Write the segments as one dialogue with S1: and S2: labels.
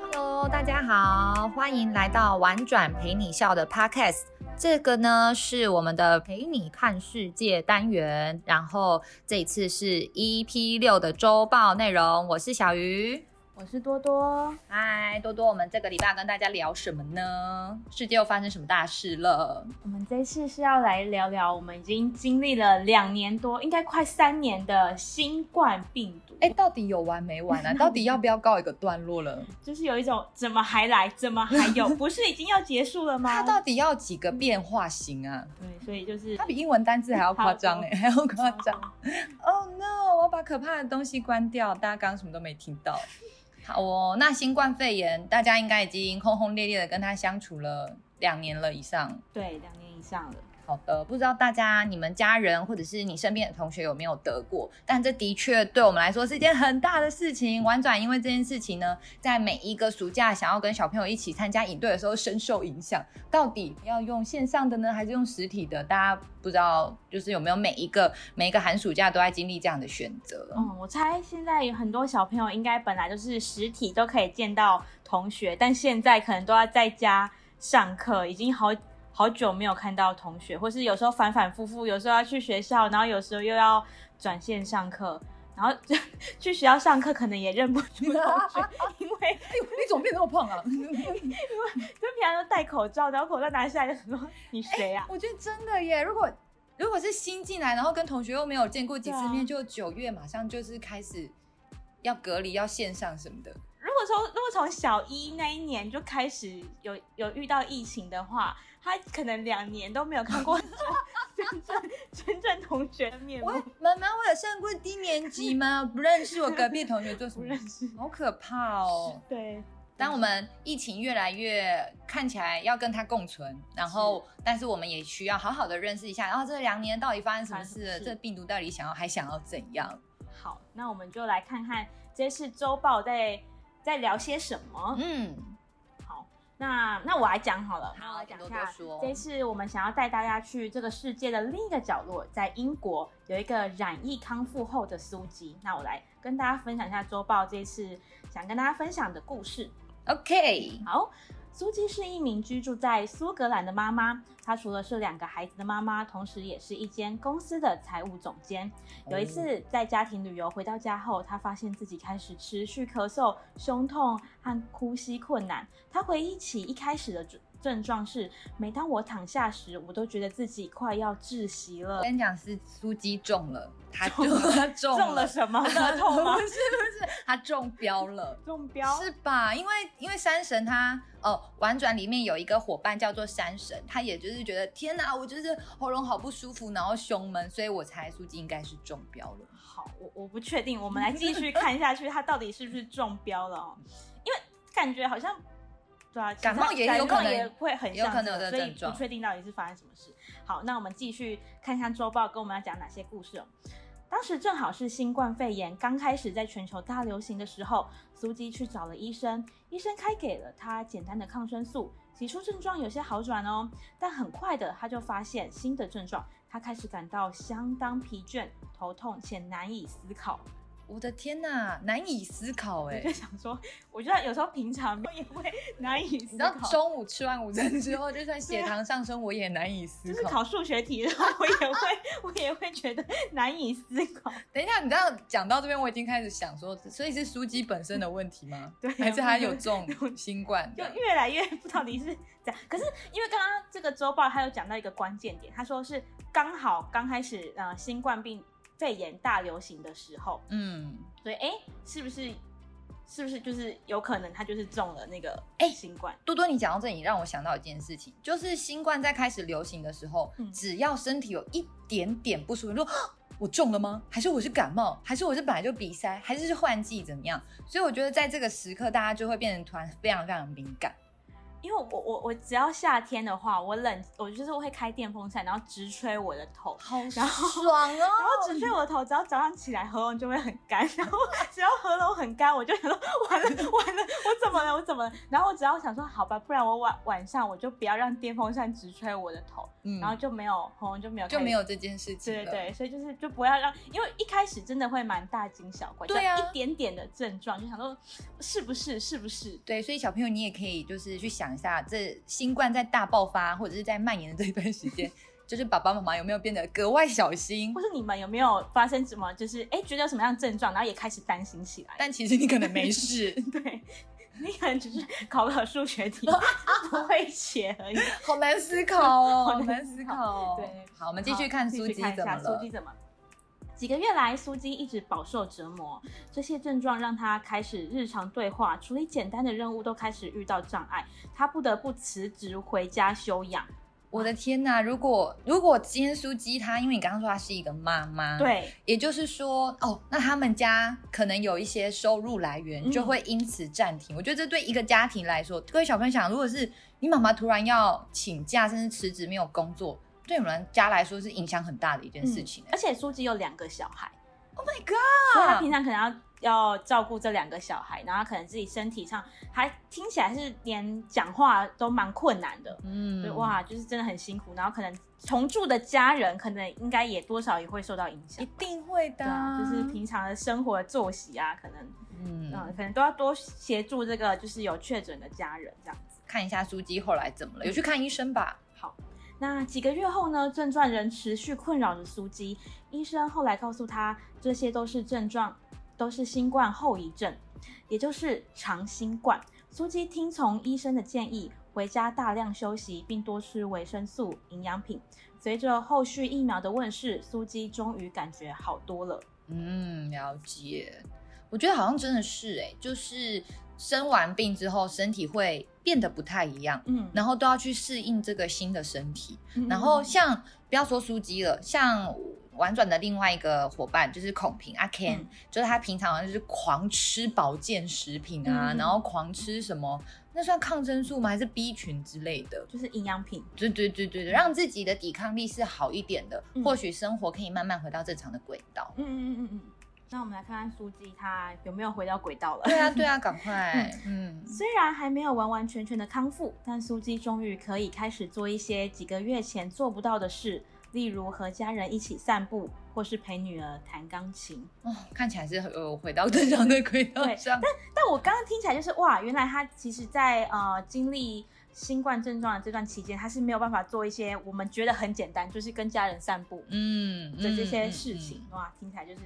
S1: Hello，大家好，欢迎来到玩转陪你笑的 Podcast。这个呢是我们的陪你看世界单元，然后这一次是 EP 六的周报内容。我是小鱼，
S2: 我是多多。
S1: 嗨，多多，我们这个礼拜要跟大家聊什么呢？世界又发生什么大事了？
S2: 我们这次是要来聊聊我们已经经历了两年多，应该快三年的新冠病毒。
S1: 哎，到底有完没完啊？ 到底要不要告一个段落 了？
S2: 就是有一种怎么还来，怎么还有，不是已经要结束了
S1: 它
S2: 吗？
S1: 到底要几个变化型啊？
S2: 对，所以就是
S1: 它比英文单字还要夸张哎、还要夸张。Oh no！我要把可怕的东西关掉，大家刚刚什么都没听到。好哦，那新冠肺炎大家应该已经轰轰烈烈的跟它相处了两年了以上。
S2: 对两年以上了。
S1: 好的，不知道大家、你们家人或者是你身边的同学有没有得过？但这的确对我们来说是一件很大的事情。婉转因为这件事情呢，在每一个暑假想要跟小朋友一起参加营队的时候深受影响。到底要用线上的呢，还是用实体的？大家不知道，就是有没有每一个每一个寒暑假都在经历这样的选 择？
S2: 嗯，我猜现在有很多小朋友应该本来就是实体都可以见到同学，但现在可能都要在家上课，已经好好久没有看到同学，或是有时候反反复复，有时候要去学校，然后有时候又要转线上课，然后 就去学校上课可能也认不出同学，因为
S1: 哎呦，你怎么变那么胖啊？
S2: 就平常都戴口罩，然后口罩拿下来就说你谁啊？
S1: 我觉得真的耶，如果如果是新进来，然后跟同学又没有见过几次
S2: 对啊
S1: 面，就九月马上就是开始要隔离、要线上什么的。
S2: 如果从如果从小一那一年就开始有有遇到疫情的话，他可能两年都没有看过真正 真正同学的面
S1: 我
S2: 目，
S1: 妈妈，我有上过低年级吗？不认识我隔壁同学做什
S2: 不
S1: 么
S2: 认，识。
S1: 好可怕哦！
S2: 对，
S1: 当我们疫情越来越看起来要跟它共存，然后但是我们也需要好好的认识一下，然后这两年到底发生什么事了？
S2: 发生什么事
S1: 这病毒到底想要还想要怎样？
S2: 好，那我们就来看看这次周报在在聊些什么。
S1: 嗯，
S2: 好，那那我来讲好了，
S1: 好
S2: 那我来讲一
S1: 请多多
S2: 下
S1: 说
S2: 这次我们想要带大家去这个世界的另一个角落，在英国有一个染疫康复后的苏吉。那我来跟大家分享一下周报这次想跟大家分享的故事。
S1: ，OK，
S2: 好，苏姬是一名居住在苏格兰的妈妈，她除了是两个孩子的妈妈，同时也是一间公司的财务总监。
S1: 哦
S2: 有一次在家庭旅游回到家后，她发现自己开始持续咳嗽、胸痛和呼吸困难。她回忆起一开始的症症状是，每当我躺下时，我都觉得自己快要窒息了
S1: 我。跟你讲，是苏姬中了，他中
S2: 中 了
S1: 他中
S2: 中了 什么 呢？痛吗
S1: 不？是不是，他中标了。
S2: 中标？
S1: 是吧？因为因为山神他哦，婉转里面有一个伙伴叫做山神，他也就是觉得天哪，我就是喉咙好不舒服，然后胸闷，所以我猜苏姬应该是中标了。
S2: 好，我我不确定，我们来继续看下去，它到底是不是中标了哦？因为感觉好像，对啊，其实
S1: 感冒也有可能
S2: 感冒也会很像
S1: 有可能
S2: 这
S1: 有这
S2: 个
S1: 个
S2: 所以
S1: 症状
S2: 不确定到底是发生什么事。好，那我们继续看一下周报，跟我们要讲哪些故事哦。当时正好是新冠肺炎刚开始在全球大流行的时候，苏姬去找了医生，医生开给了她简单的抗生素，起初症状有些好转哦，但很快的她就发现新的症状，她开始感到相当疲倦、头痛且难以思考。
S1: 我的天哪，难以思考哎、
S2: 我就想说，我觉得有时候平常也会难以
S1: 你
S2: 思
S1: 知道
S2: 考，
S1: 中午吃完午餐之后，就算血 糖上升，我也难以思
S2: 就是
S1: 考。
S2: 考数学题的时候，我也会 我也会觉得难以思考。
S1: 等一下，你知道啊讲到这边，我已经开始想说，所以是苏姬本身的问题吗？
S2: 对
S1: 还是他有中新冠？
S2: 就越来越不知道你是怎样。可是因为刚刚这个周报，他有讲到一个关键点，他说是刚好刚开始呃新冠病肺炎大流行的时候，
S1: 嗯，
S2: 所以哎、诶是不是是不是就是有可能他就是中了那个
S1: 诶
S2: 新冠？
S1: 多多，你讲到这里，让我想到一件事情，就是新冠在开始流行的时候，
S2: 嗯
S1: 只要身体有一点点不舒服，你说啊我中了吗？还是我是感冒？还是我是本来就鼻塞？还是是换季怎么样？所以我觉得在这个时刻，大家就会变成突然非常非常敏感。
S2: 因为我我我只要夏天的话，我冷我就是会开电风扇，然后直吹我的头，
S1: 好
S2: 然后
S1: 爽哦！
S2: 然后只吹我的头，只要早上起来喉咙就会很干， 然后只要喉咙很干，我就想说完了完了，我怎么了我怎么了？然后我只要想说好吧，不然我晚晚上我就不要让电风扇直吹我的头，
S1: 嗯，
S2: 然后就没有喉咙就没有
S1: 就
S2: 开
S1: 没。有这件事情
S2: 对
S1: 了。
S2: 对对，所以就是就不要让，因为一开始真的会蛮大惊小怪，
S1: 对啊
S2: 就一点点的症状就想说是不是是不是？
S1: 对，所以小朋友你也可以就是去想一下，这新冠在大爆发或者是在蔓延的这段时间，就是爸爸妈妈有没有变得格外小心
S2: 或？是你们有没有发生什么，就是哎、诶觉得有什么样的症状，然后也开始担心起来？
S1: 但其实你可能没事，
S2: 对，你可能只是考不好数 学题，不会写而已。
S1: 好难思考 哦，
S2: 好
S1: 好
S2: 难
S1: 难
S2: 思
S1: 思
S2: 考
S1: 考哦。
S2: 对，
S1: 好，我们继续看
S2: 好
S1: 苏姬
S2: 继续看一
S1: 怎么
S2: 下
S1: 了
S2: 苏。姬怎么？几个月来，苏姬一直饱受折磨，这些症状让她开始日常对话、处理简单的任务都开始遇到障碍，她不得不辞职回家休养。
S1: 我的天呐，如果如果今天苏姬她，因为你刚刚说她是一个妈妈，，
S2: 对，
S1: 也就是说，哦，那他们家可能有一些收入来源
S2: 嗯
S1: 就会因此暂停。我觉得这对一个家庭来说，各位小朋友想，如果是你妈妈突然要请假，甚至辞职没有工作，对你们家来说是影响很大的一件事情、欸
S2: 而且苏姬有两个小孩，
S1: oh my god！
S2: 所以他平常可能要要照顾这两个小孩，然后他可能自己身体上还听起来是连讲话都蛮困难的，所以
S1: 嗯，
S2: 哇，就是真的很辛苦。然后可能同住的家人可能应该也多少也会受到影响
S1: 一。定会的
S2: 对
S1: 啊、
S2: 啊，就是平常的生活作息啊，可能
S1: 嗯
S2: 嗯、可能都要多协助这个就是有确诊的家人这样子。
S1: 看一下苏姬后来怎
S2: 嗯
S1: 么了，有去看医生吧？
S2: 好，那几个月后呢，症状仍持续困扰着苏姬。医生后来告诉她，这些都是症状，都是新冠后遗症，也就是长新冠。苏姬听从医生的建议，回家大量休息，并多吃维生素、营养品。随着后续疫苗的问世，苏姬终于感觉好多了。
S1: 嗯，了解。我觉得好像真的是哎、就是生完病之后，身体会变得不太一样，
S2: 嗯，
S1: 然后都要去适应这个新的身体。
S2: 嗯
S1: 然后像不要说苏姬了，像婉转的另外一个伙伴就是孔平阿 Ken，、
S2: 嗯
S1: 就是他平常好像就是狂吃保健食品啊，
S2: 嗯
S1: 然后狂吃什么，那算抗生素吗？还是 B 群之类的？
S2: 就是营养品。
S1: 对对对对对，让自己的抵抗力是好一点的，
S2: 嗯
S1: 或许生活可以慢慢回到正常的轨道。
S2: 嗯嗯嗯嗯嗯。那我们来看看苏姬她有没有回到轨道了。
S1: 对啊，对啊，赶快，嗯，
S2: 虽然还没有完完全全的康复，但苏姬终于可以开始做一些几个月前做不到的事，例如和家人一起散步，或是陪女儿弹钢琴。
S1: 哦，看起来是有回到正常的轨道上，
S2: 但我刚刚听起来就是哇，原来她其实在呃经历新冠症状的这段期间，她是没有办法做一些我们觉得很简单，就是跟家人散步
S1: 嗯，嗯
S2: 的这些
S1: 嗯
S2: 事
S1: 嗯
S2: 情。哇，听起来就是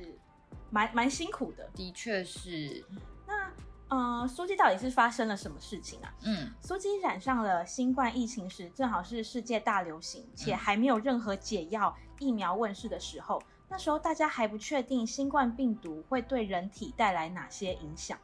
S2: 蛮蛮辛苦的。
S1: 的确是，
S2: 那呃，苏姬到底是发生了什么事情啊？
S1: 嗯，
S2: 苏姬染上了新冠疫情时，正好是世界大流行，且还没有任何解药、疫苗问世的时候。那时候大家还不确定新冠病毒会对人体带来哪些影响。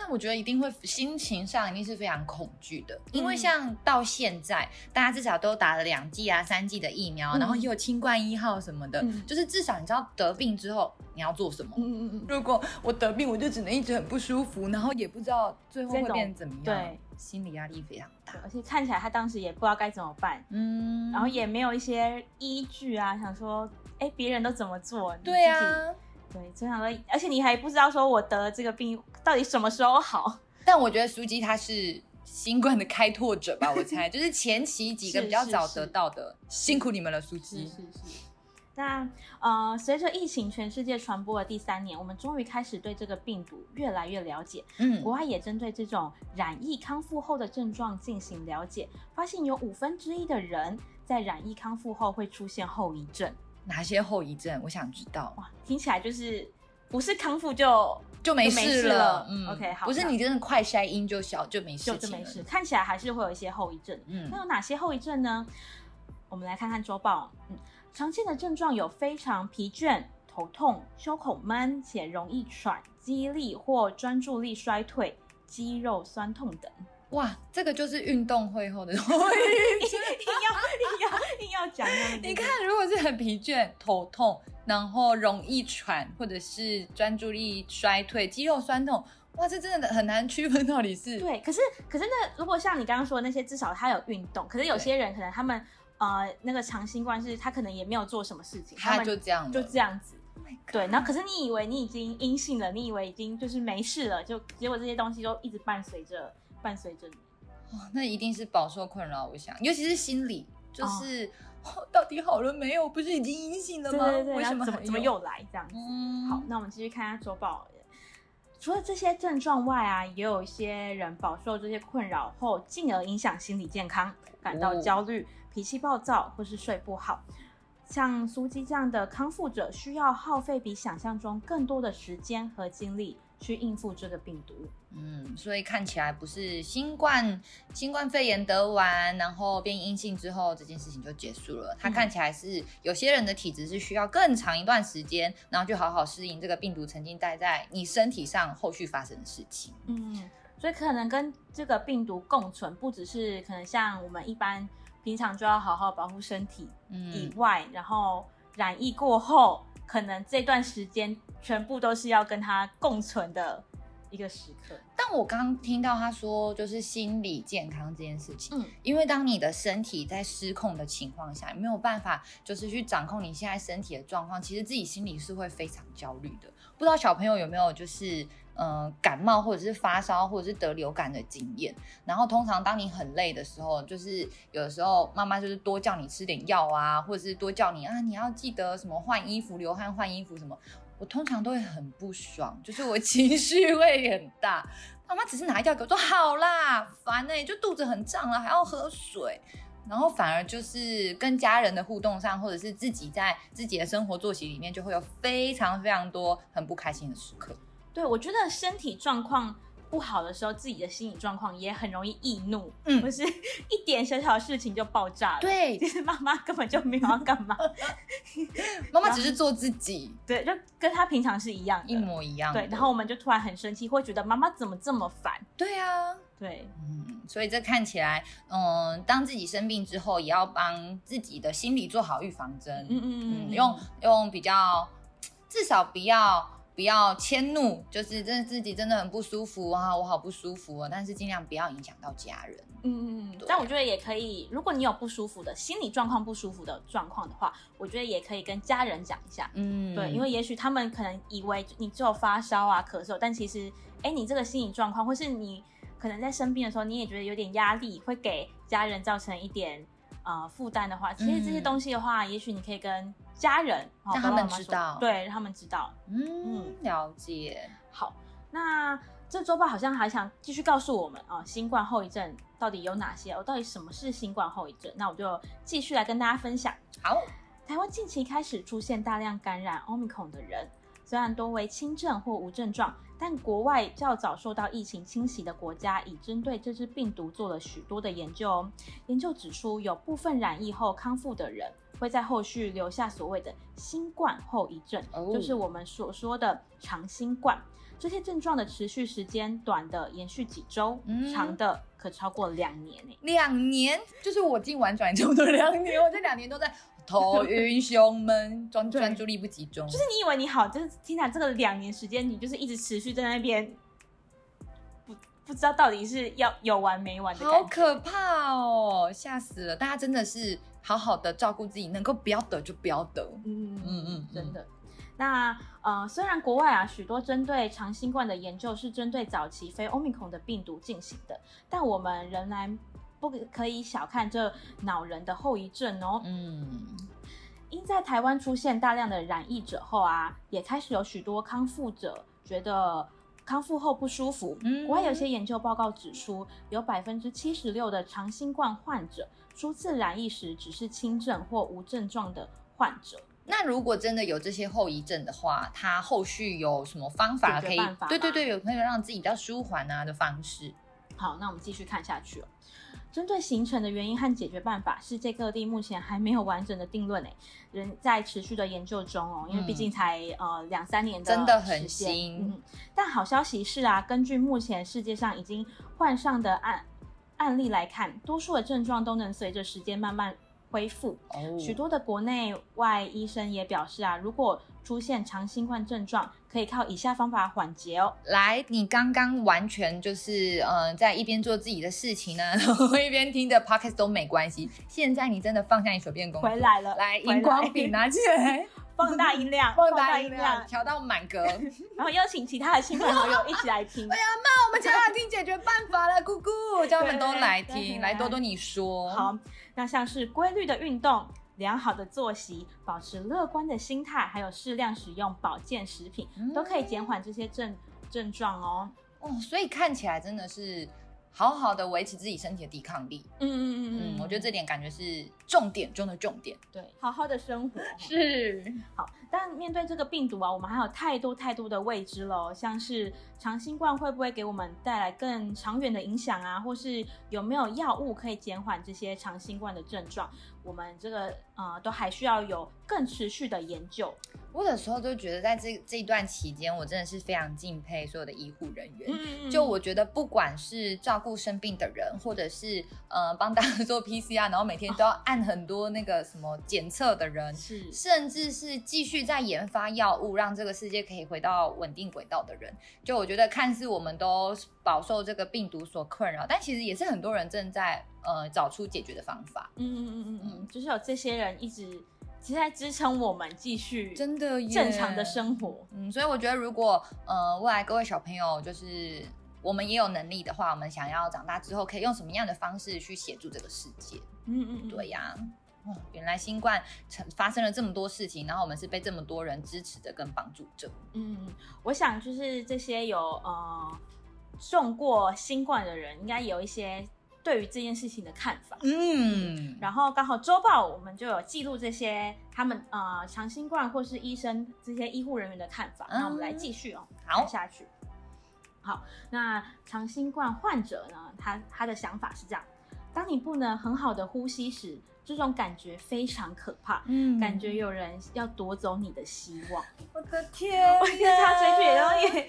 S1: 那我觉得一定会心情上一定是非常恐惧的，因为
S2: 嗯
S1: 像到现在，大家至少都打了两剂啊、三剂的疫苗，然后
S2: 嗯
S1: 也有清冠一号什么的，
S2: 嗯
S1: 就是至少你知道得病之后你要做什么。
S2: 嗯嗯嗯。
S1: 如果我得病，我就只能一直很不舒服，然后也不知道最后
S2: 这
S1: 会
S2: 种
S1: 变成怎么样，
S2: 对，
S1: 心理压力非常大。
S2: 而且看起来他当时也不知道该怎么办，
S1: 嗯，
S2: 然后也没有一些依据啊，想说，哎，别人都怎么做？你
S1: 对
S2: 自己，
S1: 啊，
S2: 对，真想说，而且你还不知道说我得了这个病到底什么时候好。
S1: 但我觉得苏姬她是新冠的开拓者吧，我 猜就是前期几个
S2: 是
S1: 比较
S2: 是
S1: 早
S2: 是
S1: 得到的，辛苦你们了，苏
S2: 是
S1: 姬。
S2: 是是。那呃，随着疫情全世界传播的第三年，我们终于开始对这个病毒越来越了解。
S1: 嗯
S2: 国外也针对这种染疫康复后的症状进行了解，发现有五分之一的人在染疫康复后会出现后遗症。
S1: 哪些后遗症？我想知道，
S2: 哇，听起来就是不是康复就
S1: 就没
S2: 就没
S1: 事
S2: 事了
S1: 了。嗯
S2: OK，好
S1: 不是
S2: 那
S1: 你真的快筛阴就小就没事
S2: 就
S1: 情
S2: 就没
S1: 了
S2: 事，。看起来还是会有一些后遗症。
S1: 嗯
S2: 那有哪些后遗症呢？我们来看看周报。嗯，常见的症状有非常疲倦、头痛、胸口闷且容易喘、肌力或专注力衰退、肌肉酸痛等。
S1: 哇，这个就是运动会后的后遗 症。
S2: 硬要硬要硬要讲那个
S1: 你看，如果是很疲倦、头痛，然后容易喘，或者是专注力衰退、肌肉酸痛，哇，这真的很难区分到底是
S2: 对，可是可是那如果像你刚刚说的那些，至少他有运动。可是有些人可能他们呃那个长新冠是他可能也没有做什么事情，
S1: 他
S2: 们
S1: 就这样了
S2: 就这样子。
S1: Oh my god
S2: 对，然后可是你以为你已经阴性了，你以为已经就是没事了，就结果这些东西就一直伴随着伴随着你。
S1: 哇那一定是饱受困扰，我想，尤其是心理，就是、哦到底好了没有？不是已经阴性了
S2: 对
S1: 吗？
S2: 对对，
S1: 为
S2: 然
S1: 什
S2: 后
S1: 么
S2: 怎么
S1: 还
S2: 怎么
S1: 有？
S2: 又来这样子？
S1: 嗯，
S2: 好，那我们继续看看周报。除了这些症状外啊，也有一些人饱受这些困扰后，进而影响心理健康，感到
S1: 哦
S2: 焦虑、脾气暴躁或是睡不好。像苏基这样的康复者，需要耗费比想象中更多的时间和精力去应付这个病毒。
S1: 嗯，所以看起来不是新冠新冠肺炎得完，然后变阴性之后这件事情就结束了。它
S2: 嗯
S1: 看起来是有些人的体质是需要更长一段时间，然后去好好适应这个病毒曾经带在你身体上后续发生的事情。
S2: 嗯，所以可能跟这个病毒共存，不只是可能像我们一般平常就要好好保护身体，以
S1: 嗯，
S2: 外，然后染疫过后，可能这段时间全部都是要跟他共存的一个时刻。
S1: 但我刚听到他说就是心理健康这件事情，
S2: 嗯，
S1: 因为当你的身体在失控的情况下，你没有办法就是去掌控你现在身体的状况，其实自己心里是会非常焦虑的。不知道小朋友有没有就是嗯、呃感冒或者是发烧或者是得流感的经验？然后通常当你很累的时候，就是有的时候妈妈就是多叫你吃点药啊，或者是多叫你啊，你要记得什么换衣服、流汗、换衣服什么。我通常都会很不爽，就是我情绪会很大。妈妈只是拿一药给我说好啦，烦呢、就肚子很胀啊了，还要喝水。然后反而就是跟家人的互动上，或者是自己在自己的生活作息里面，就会有非常非常多很不开心的时刻。
S2: 对我觉得身体状况不好的时候，自己的心理状况也很容易易怒，
S1: 嗯
S2: 不是一点小小的事情就爆炸了。，
S1: 对
S2: 其，实妈妈根本就没有要干嘛，
S1: 妈妈只是做自己，
S2: 对，就跟他平常是一样的
S1: 一模一样的。
S2: 对，然后我们就突然很生气，会觉得妈妈怎么这么烦？
S1: 对啊，
S2: 对，
S1: 嗯，所以这看起来，嗯，当自己生病之后，也要帮自己的心理做好预防针。
S2: 嗯嗯
S1: 嗯，
S2: 嗯，
S1: 用用比较，至少不要不要迁怒，就是真的自己真的很不舒服啊，我好不舒服啊，但是尽量不要影响到家人。
S2: 嗯嗯嗯
S1: 对，
S2: 但我觉得也可以，如果你有不舒服的心理状况、不舒服的状况的话，我觉得也可以跟家人讲一下。
S1: 嗯
S2: 对，因为也许他们可能以为你只有发烧啊、咳嗽，但其实，哎，你这个心理状况，或是你可能在生病的时候，你也觉得有点压力，会给家人造成一点呃负担的话，其实这些
S1: 嗯
S2: 东西的话，也许你可以跟家人，哦
S1: 让
S2: 爸
S1: 他
S2: 爸
S1: 们
S2: 妈妈
S1: 知
S2: 说
S1: 道
S2: 对，让他们知道。
S1: 嗯了解，
S2: 好，那这周报好像还想继续告诉我们啊、新冠后遗症到底有哪些？哦，到底什么是新冠后遗症？那我就继续来跟大家分享。
S1: 好，
S2: 台湾近期开始出现大量感染 Omicron 的人，虽然多为轻症或无症状，但国外较早受到疫情侵袭的国家已针对这支病毒做了许多的研究哦。研究指出，有部分染疫后康复的人会在后续留下所谓的新冠后遗症，
S1: 哦
S2: 就是我们所说的长新冠。这些症状的持续时间短的延续几周，
S1: 嗯
S2: 长的可超过两年欸呢、
S1: 两年就是我进玩转中的两年，我这两年都在头晕胸闷，专
S2: 对
S1: 专注力不集中，
S2: 就是你以为你好，就是听讲这个两年时间，你就是一直持续在那边，不不知道到底是要有完没完的感
S1: 好
S2: 觉。
S1: 可怕哦，吓死了！大家真的是好好的照顾自己，能够不要得就不要得。
S2: 嗯
S1: 嗯嗯
S2: 真的。那呃，虽然国外啊许多针对长新冠的研究是针对早期非 Omicron 的病毒进行的，但我们仍然不可以小看这恼人的后遗症哦。
S1: 嗯，
S2: 因在台湾出现大量的染疫者后啊，也开始有许多康复者觉得康复后不舒服。
S1: 嗯
S2: 国外有些研究报告指出，有百分之七十六的长新冠患者初次染疫时只是轻症或无症状的患者。
S1: 那如果真的有这些后遗症的话，他后续有什么方法
S2: 解
S1: 可
S2: 决
S1: 以
S2: 办法？
S1: 对对
S2: 吗
S1: 对，有可以让自己比较舒缓啊的方式。
S2: 好，那我们继续看下去哦。针对形成的原因和解决办法，世界各地目前还没有完整的定论诶，仍在持续的研究中哦，因为毕竟才、呃两三年
S1: 嗯
S2: 的
S1: 真的很
S2: 时间
S1: 新
S2: 嗯，但好消息是啊，根据目前世界上已经患上的案案例来看，多数的症状都能随着时间慢慢恢复。
S1: 哦
S2: 许多的国内外医生也表示啊，如果出现长新冠症状，可以靠以下方法缓解哦。
S1: 来，你刚刚完全就是嗯、呃在一边做自己的事情呢， 然后一边听着 podcast 都没关系。现在你真的放下你手边的工作，
S2: 回来了，
S1: 哦来
S2: 回
S1: 荧光笔拿起来，
S2: 放大音量，
S1: 放
S2: 大
S1: 大
S2: 音
S1: 音
S2: 量
S1: 量，，调到满 格。我
S2: 然后邀请其他的亲朋好友一起来 听。
S1: 哎们今天要听解决办法了，姑姑，叫他们都来
S2: 对
S1: 听，来多多你说。，
S2: 好，那像是规律的运动、良好的作息、保持乐观的心态，还有适量使用保健食品，
S1: 嗯
S2: 都可以减缓这些症症状哦。
S1: 哦，所以看起来真的是好好的维持自己身体的抵抗力。
S2: 嗯嗯
S1: 嗯，我觉得这点感觉是重点中的重点。
S2: 对，好好的生活。哦
S1: 是，
S2: 好，但面对这个病毒啊，我们还有太多太多的未知喽，像是长新冠会不会给我们带来更长远的影响啊，或是有没有药物可以减缓这些长新冠的症状，我们这个呃都还需要有更持续的研究。
S1: 我有时候就觉得在这这一段期间，我真的是非常敬佩所有的医护人员。
S2: 嗯
S1: 就我觉得，不管是照顾生病的人，或者是呃帮大家做 PCR，然后每天都要按很多那个什么检测的人，
S2: 是
S1: 甚至是继续在研发药物，让这个世界可以回到稳定轨道的人，就我觉得看似我们都饱受这个病毒所困扰，但其实也是很多人正在呃找出解决的方法。
S2: 嗯嗯嗯嗯嗯，就是有这些人一直其实在支撑我们继续
S1: 真的耶
S2: 正常的生活。
S1: 嗯，所以我觉得，如果呃未来各位小朋友就是我们也有能力的话，我们想要长大之后可以用什么样的方式去协助这个世界？
S2: 嗯嗯嗯，
S1: 对呀、哦，原来新冠成发生了这么多事情，然后我们是被这么多人支持着跟帮助着。
S2: 嗯，我想就是这些有呃中过新冠的人，应该有一些对于这件事情的看法。
S1: 嗯，
S2: 然后刚好周报我们就有记录这些他们呃长新冠或是医生这些医护人员的看法，
S1: 嗯
S2: 那我们来继续哦，
S1: 好
S2: 看下去。好，那长新冠患者呢，他他的想法是这样：当你不能很好的呼吸时，这种感觉非常可怕，
S1: 嗯
S2: 感觉有人要夺走你的希望。
S1: 我的天，
S2: 我觉得他追剧也都 也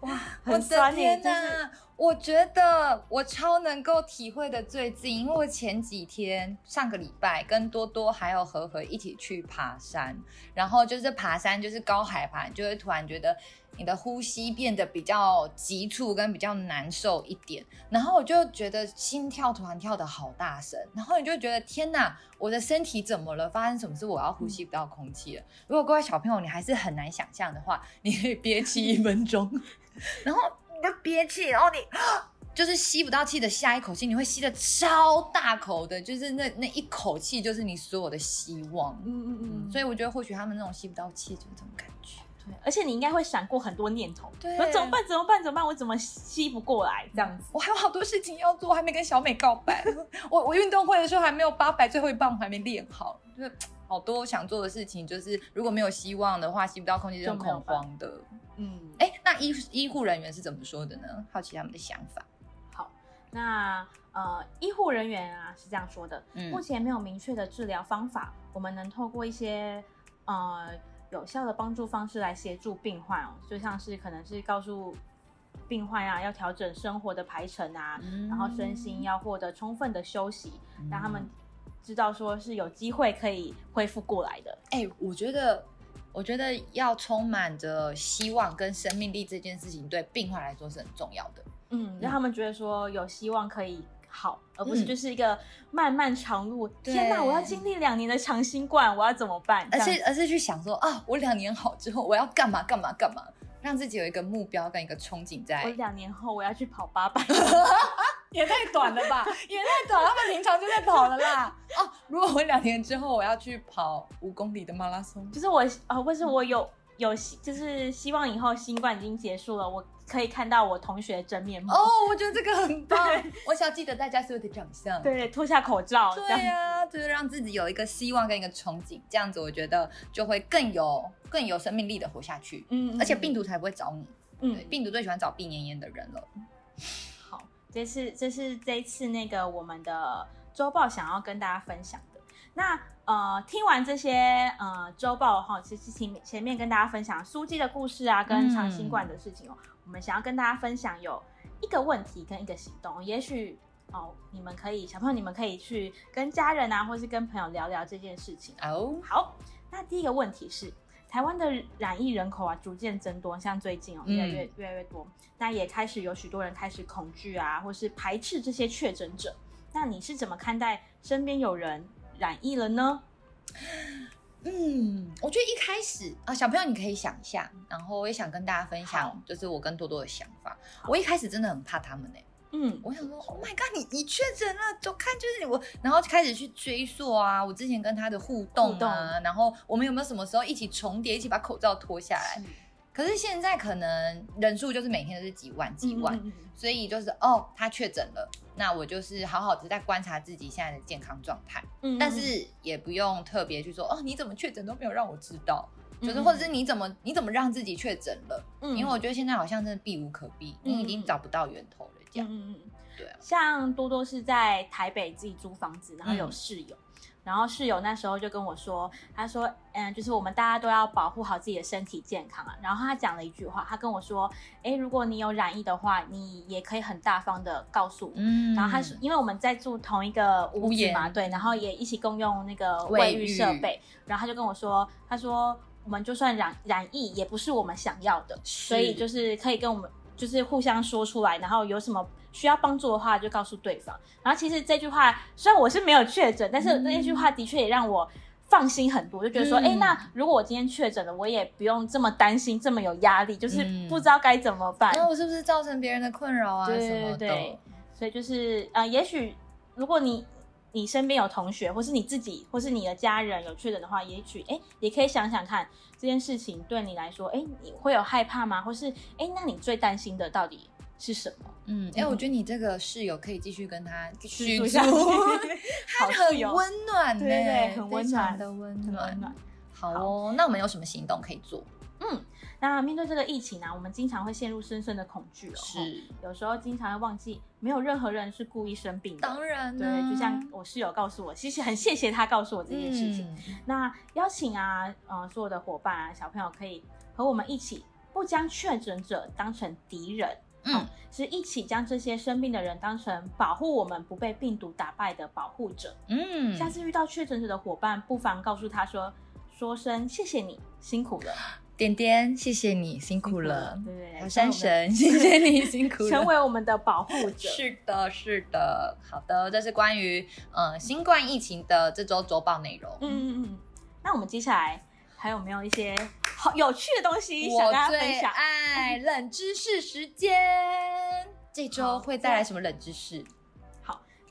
S1: 哇，
S2: 很酸
S1: 我的
S2: 耶
S1: 天
S2: 就是
S1: 我觉得我超能够体会的最近，因为我前几天上个礼拜跟多多还有和和一起去爬山，然后就是爬山就是高海拔，你就会突然觉得你的呼吸变得比较急促跟比较难受一点，然后我就觉得心跳突然跳的好大声，然后你就觉得天哪，我的身体怎么了？发生什么事？我要
S2: 嗯
S1: 呼吸不到空气了。如果各位小朋友你还是很难想象的话，你可以憋气一分钟，然后你就憋气，然后你就是吸不到气的下一口气，你会吸的超大口的，就是那那一口气就是你所有的希望。
S2: 嗯嗯
S1: 嗯，
S2: 嗯，
S1: 所以我觉得或许他们那种吸不到气就是这种感觉。
S2: 对，而且你应该会闪过很多念头，
S1: 对
S2: 我怎么办？怎么办？怎么办？我怎么吸不过来？这样子，
S1: 我还有好多事情要做，我还没跟小美告白。 我我运动会的时候还没有八百最后一棒，我还没练好，就是好多想做的事情，就是如果没有希望的话，吸不到空气是很恐慌的。
S2: 嗯，哎、
S1: 哎、那医医护人员是怎么说的呢？好奇他们的想法。
S2: 好，那呃，医护人员啊是这样说的，
S1: 嗯
S2: 目前没有明确的治疗方法，我们能透过一些呃有效的帮助方式来协助病患哦，就像是可能是告诉病患啊要调整生活的排程啊，然后身心要获得充分的休息，
S1: 嗯
S2: 让他们知道说是有机会可以恢复过来的。
S1: 哎、我觉得，我觉得要充满着希望跟生命力这件事情，对病患来说是很重要的。
S2: 嗯，让他们觉得说有希望可以好，而不是
S1: 嗯
S2: 就是一个漫漫长路。天哪，
S1: 对
S2: 我要经历两年的长新冠，我要怎么办？
S1: 而
S2: 这
S1: 是
S2: 样
S1: 而是去想说啊，我两年好之后我要干嘛干嘛干嘛，让自己有一个目标跟一个憧憬在
S2: 我。两年后我要去跑八百，
S1: 哎 也太短了吧， 也太短，他们平常就在跑了啦。哦，如果我两年之后我要去跑五公里的马拉松，
S2: 就是我啊，或是我有有希，就是希望以后新冠已经结束了，我可以看到我同学真面目。
S1: 哦，我觉得这个很棒，我想要记得大家所有的长相。
S2: 对，脱下口罩，这样
S1: 对啊呀、就是让自己有一个希望跟一个憧憬，这样子我觉得就会更有更有生命力的活下去，
S2: 嗯，嗯
S1: 而且病毒，才不会找你。
S2: 嗯
S1: 对，，病毒最喜欢找病恹恹的人了。
S2: 好，这是这是这一次那个我们的周报想要跟大家分享的。那呃，听完这些呃周报哈，其实前前面跟大家分享苏记的故事啊，跟
S1: 嗯
S2: 长新冠的事情哦，我们想要跟大家分享有一个问题跟一个行动，也许。哦，你们可以，小朋友，你们可以去跟家人啊，或是跟朋友聊聊这件事情。
S1: 哦，
S2: 好，那第一个问题是，台湾的染疫人口啊逐渐增多，像最近哦
S1: 嗯
S2: 越来越、越来越多，那也开始有许多人开始恐惧啊，或是排斥这些确诊者。那你是怎么看待身边有人染疫了呢？
S1: 嗯，我觉得一开始啊、小朋友你可以想一下，然后我也想跟大家分
S2: 好
S1: 享，就是我跟多多的想法。我一开始真的很怕他们呢、
S2: 嗯，
S1: 我想说，Oh my god，你你确诊了，走开！就是你我，然后就开始去追溯啊，我之前跟他的互动
S2: 互动
S1: 啊，然后我们有没有什么时候一起重叠，一起把口罩脱下来？可是现在可能人数就是每天都是几万几万，
S2: 嗯嗯嗯
S1: 所以就是哦，他确诊了，那我就是好好的在观察自己现在的健康状态，
S2: 嗯
S1: 但是也不用特别去说哦，你怎么确诊都没有让我知道，
S2: 嗯
S1: 就是或者是你怎么你怎么让自己确诊了？
S2: 嗯
S1: 因为我觉得现在好像真的避无可避，你已经找不到源头了，这样、
S2: 嗯嗯嗯，
S1: 对啊，
S2: 像多多是在台北自己租房子，然后有
S1: 嗯
S2: 室友。然后室友那时候就跟我说，他说，嗯，就是我们大家都要保护好自己的身体健康啊。然后他讲了一句话，他跟我说，诶，如果你有染疫的话，你也可以很大方的告诉我。
S1: 嗯
S2: 然后他是因为我们在住同一个屋
S1: 屋
S2: 子
S1: 檐
S2: 嘛，对，然后也一起共用那个
S1: 卫
S2: 卫浴
S1: 浴
S2: 设备，然后他就跟我说，他说我们就算染染疫，也不是我们想要的，所
S1: 所
S2: 以就是可以跟我们就是互相说出来，然后有什么需要帮助的话就告诉对方。然后其实这句话虽然我是没有确诊，但是
S1: 嗯
S2: 那句话的确也让我。放心很多，就觉得说，
S1: 嗯
S2: 哎、那如果我今天确诊了，我也不用这么担心，这么有压力，就是
S1: 嗯
S2: 不知道该怎么办。
S1: 那我是不是造成别人的困扰啊
S2: 对
S1: 什么
S2: 对对
S1: 的？
S2: 所以就是呃，也许如果你你身边有同学，或是你自己，或是你的家人有确诊的话，也许哎，也可以想想看这件事情对你来说，哎，你会有害怕吗？或是哎，那你最担心的到底是什么？
S1: 嗯，哎、我觉得你这个室友可以继续跟他续
S2: 住
S1: 住，
S2: 下去好室
S1: 很
S2: 友，
S1: 温暖呢、
S2: 对对很温暖
S1: 非常的温
S2: 很温
S1: 暖。
S2: 暖。
S1: 好哦，那我们有什么行动可以做？哦
S2: 那面对这个疫情呢、我们经常会陷入深深的恐惧哦。吼，
S1: 是，
S2: 有时候经常会忘记，没有任何人是故意生病的。
S1: 当然啊呢、
S2: 对，就像我室友告诉我，其实很谢谢他告诉我这件事情。
S1: 嗯
S2: 那邀请啊，呃，所有的伙伴啊，小朋友可以和我们一起，不将确诊者当成敌人，
S1: 嗯
S2: 哦是一起将这些生病的人当成保护我们不被病毒打败的保护者。
S1: 嗯，
S2: 下次遇到确诊者的伙伴，不妨告诉他说。说声谢谢你，辛苦了，
S1: 点点，谢谢你辛苦了，
S2: 对对对，
S1: 还有山神，谢谢你辛苦了，
S2: 成为我们的保护 者。
S1: 是的，是的，好的，这是关于呃新冠疫情的这周周报内容。
S2: 嗯，嗯嗯嗯。那我们接下来还有没有一些好有趣的东西想
S1: 我
S2: 跟大家分
S1: 最
S2: 享？
S1: 爱冷知识时间，这
S2: 好
S1: 周会带来什么冷知 识？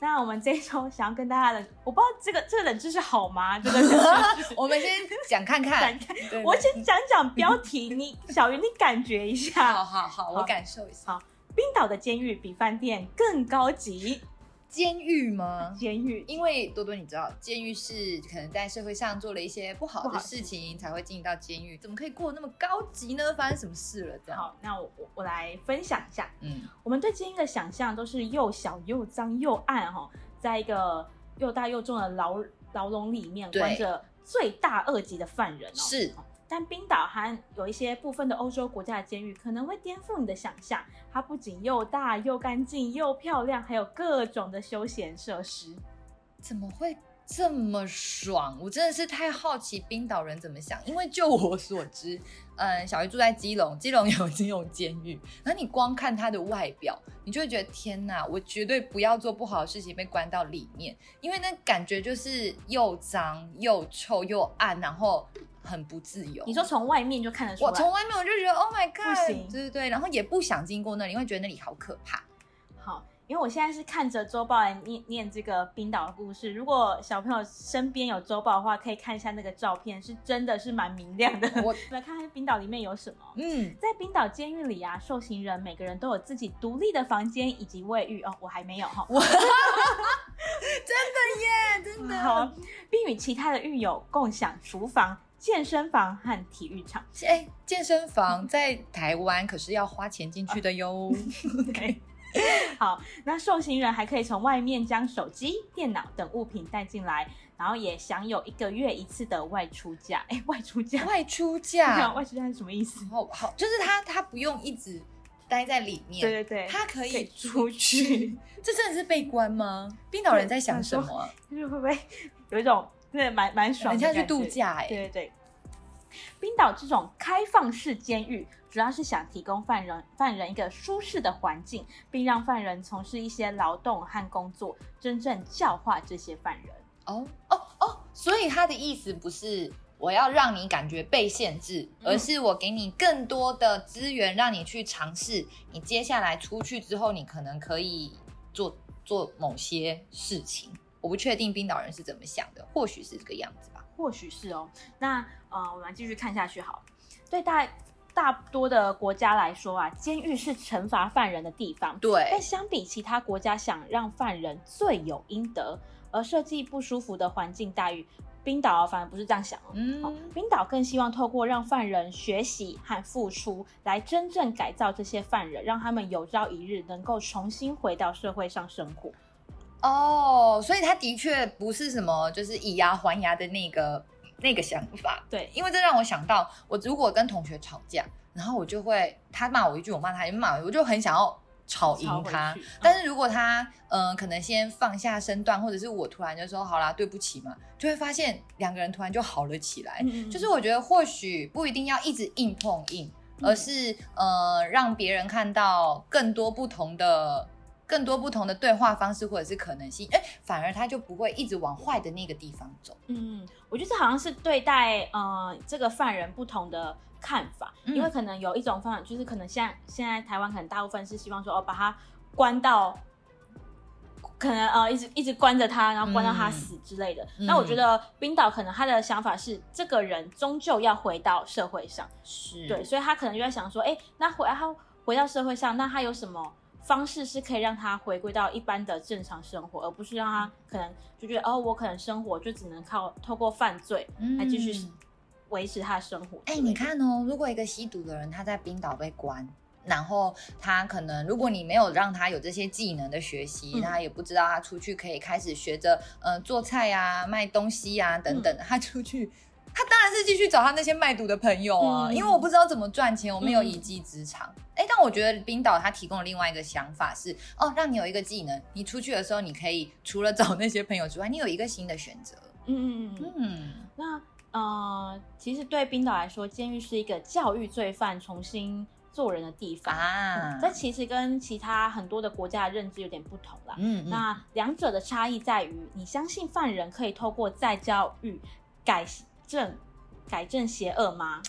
S2: 那我们这一周想要跟大家的，我不知道这个这个冷知识好吗？这个冷知 识，
S1: 我们先讲看 看
S2: 展。开，
S1: 对
S2: 我先讲讲标题，你小云你感觉一
S1: 好
S2: 下，
S1: 好好，我感受一下。
S2: 冰岛的监狱比饭店更高级，
S1: 监狱吗？
S2: 监狱
S1: 因为多多，你知道，监狱是可能在社会上做了一些不好
S2: 不好
S1: 的
S2: 的
S1: 事情才会进到监狱，怎么可以过得那么高级呢？发生什么事了？这样，
S2: 好，那我我我来分享一下，
S1: 嗯，
S2: 我们对监狱的想象都是又小又脏又暗哈、哦，在一个又大又重的牢牢笼里面
S1: 对
S2: 关着罪大恶极的犯人哦。
S1: 是
S2: 但冰岛和有一些部分的欧洲国家的监狱可能会颠覆你的想象，它不仅又大又干净又漂亮，还有各种的休闲设施。
S1: 怎么会这么爽？我真的是太好奇冰岛人怎么想，因为就我所知，嗯，小鱼住在基隆，基隆有基隆监狱，那你光看它的外表，你就会觉得天哪，我绝对不要做不好的事情被关到里面，因为那感觉就是又脏又臭又暗，然后很不自由。
S2: 你说从外面就看得出
S1: 我
S2: 来
S1: 从，外面我就觉得 Oh my
S2: 不行
S1: God，对对对，然后也不想经过那里，因为觉得那里好可怕。
S2: 好，因为我现在是看着周报来念念这个冰岛的故事。如果小朋友身边有周报的话，可以看一下那个照片，是真的是蛮明亮的。
S1: 我
S2: 来看看冰岛里面有什么。
S1: 嗯，
S2: 在冰岛监狱里啊，受刑人每个人都有自己独立的房间以及卫浴哦，我还没有哈。
S1: 真的耶，真的。
S2: 好，并与其他的狱友共享厨房、健身房和体育 场。
S1: 哎、健身房在台湾可是要花钱进去的 哟。
S2: 对，好，那受刑人还可以从外面将手机、电脑等物品带进来，然后也享有一个月一次的外出假。 哎，外出假，
S1: 外出
S2: 没有
S1: 价，
S2: 外出假是什么意思？
S1: 好好，就是他他不用一直待在里面，
S2: 对对对，
S1: 他可
S2: 可
S1: 以
S2: 以出 去，
S1: 这真的是被关吗？冰岛人在想什么啊？
S2: 就是会不会有一种真的蛮蛮爽
S1: 人
S2: 的感
S1: 家
S2: 觉？
S1: 去度假哎、
S2: 对对对。冰岛这种开放式监狱，主要是想提供犯人犯人一个舒适的环境，并让犯人从事一些劳动和工作，真正教化这些犯人。
S1: 哦哦哦，所以他的意思不是我要让你感觉被限制，
S2: 嗯
S1: 而是我给你更多的资源，让你去尝试。你接下来出去之后，你可能可以做做某些事情。我不确定冰岛人是怎么想的，或许是这个样子吧。
S2: 或许是哦。那呃，我们继续看下去好了。对大大多的国家来说啊，监狱是惩罚犯人的地方，但
S1: 对，
S2: 相比其他国家，想让犯人罪有应得而设计不舒服的环境待遇，冰岛啊反而不是这样想哦。哦
S1: 嗯，
S2: 冰岛更希望透过让犯人学习和付出，来真正改造这些犯人，让他们有朝一日能够重新回到社会上生活。
S1: 哦，所以他的确不是什么就是以牙还牙的那个那个想法，
S2: 对，
S1: 因为这让我想到，我如果跟同学吵架，然后我就会他骂我一句，我骂他一句，骂我一句我就很想要吵赢他
S2: 超回。去
S1: 但是如果他嗯、呃可能先放下身段，或者是我突然就说好啦，对不起嘛，就会发现两个人突然就好了起来。
S2: 嗯嗯嗯
S1: 就是我觉得或许不一定要一直硬碰硬，
S2: 嗯
S1: 而是呃让别人看到更多不同的。更多不同的对话方式或者是可能性，哎、反而他就不会一直往坏的那个地方走。
S2: 嗯，我觉得这好像是对待呃这个犯人不同的看法，
S1: 嗯
S2: 因为可能有一种犯人就是可能现在现在台湾可能大部分是希望说哦把他关到。可能呃，一直一直关着他，然后关到他
S1: 嗯
S2: 死之类的。
S1: 嗯
S2: 那我觉得冰岛可能他的想法是，这个人终究要回到社会上，
S1: 是
S2: 对，所以他可能就在想说，哎、那回他回到社会上，那他有什么方式是可以让他回归到一般的正常生活，而不是让他可能就觉得，哦，我可能生活就只能靠透过犯罪
S1: 嗯
S2: 来继续维持他的生活。
S1: 哎、你，看哦，如果一个吸毒的人他在冰岛被关，然后他可能如果你没有让他有这些技能的学习，
S2: 嗯
S1: 他也不知道他出去可以开始学着呃做菜啊、卖东西啊
S2: 嗯
S1: 等等的，他出去。他当然是继续找他那些卖毒的朋友啊，
S2: 嗯
S1: 因为我不知道怎么赚钱，我没有
S2: 嗯
S1: 一技之长。哎、但我觉得冰岛他提供了另外一个想法是，哦，让你有一个技能，你出去的时候你可以除了找那些朋友之外，你有一个新的选择。
S2: 嗯嗯嗯嗯，
S1: 嗯，
S2: 那呃，其实对冰岛来说，监狱是一个教育罪犯重新做人的地方。
S1: 啊
S2: 嗯，这其实跟其他很多的国家的认知有点不同啦。
S1: 嗯嗯
S2: 那两者的差异在于，你相信犯人可以透过再教育改正改正邪恶吗？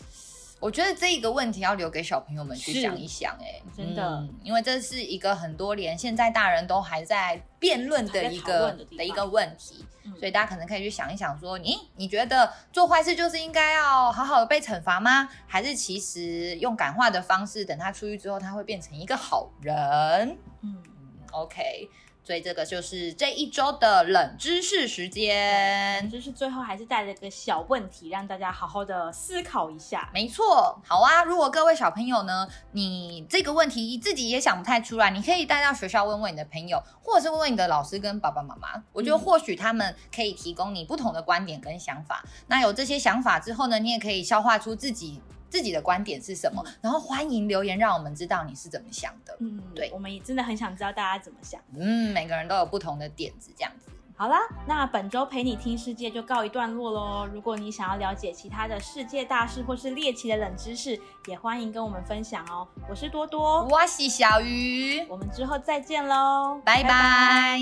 S1: 我觉得这一个问题要留给小朋友们去
S2: 是
S1: 想一想、欸，哎，
S2: 真的
S1: 因为这是一个很多连现在大人都还在辩论的一
S2: 还在
S1: 个
S2: 讨论的地方
S1: 一个问题，
S2: 嗯
S1: 所以大家可能可以去想一想说，你你觉得做坏事就是应该要好好的被惩罚吗？还是其实用感化的方式，等他出狱之后，他会变成一个好人？
S2: 嗯，
S1: 嗯，OK，所以这个就是这一周的冷知识时间。
S2: 就是最后还是带了个小问题，让大家好好的思考一下。
S1: 没错，好啊！如果各位小朋友呢，你这个问题自己也想不太出来，你可以带到学校问问你的朋友，或者是问问你的老师跟爸爸妈妈。我觉得
S2: 嗯
S1: 或许他们可以提供你不同的观点跟想法。那有这些想法之后呢，你也可以消化出自己自己的观点是什么，然后欢迎留言让我们知道你是怎么想的。
S2: 嗯，
S1: 对
S2: 我们也真的很想知道大家怎么想。
S1: 嗯，每个人都有不同的点子，这样子。
S2: 好啦，那本周陪你听世界就告一段落喽。如果你想要了解其他的世界大事或是猎奇的冷知识，也欢迎跟我们分享哦。我是多多，
S1: 我是小鱼，
S2: 我们之后再见喽，
S1: 拜拜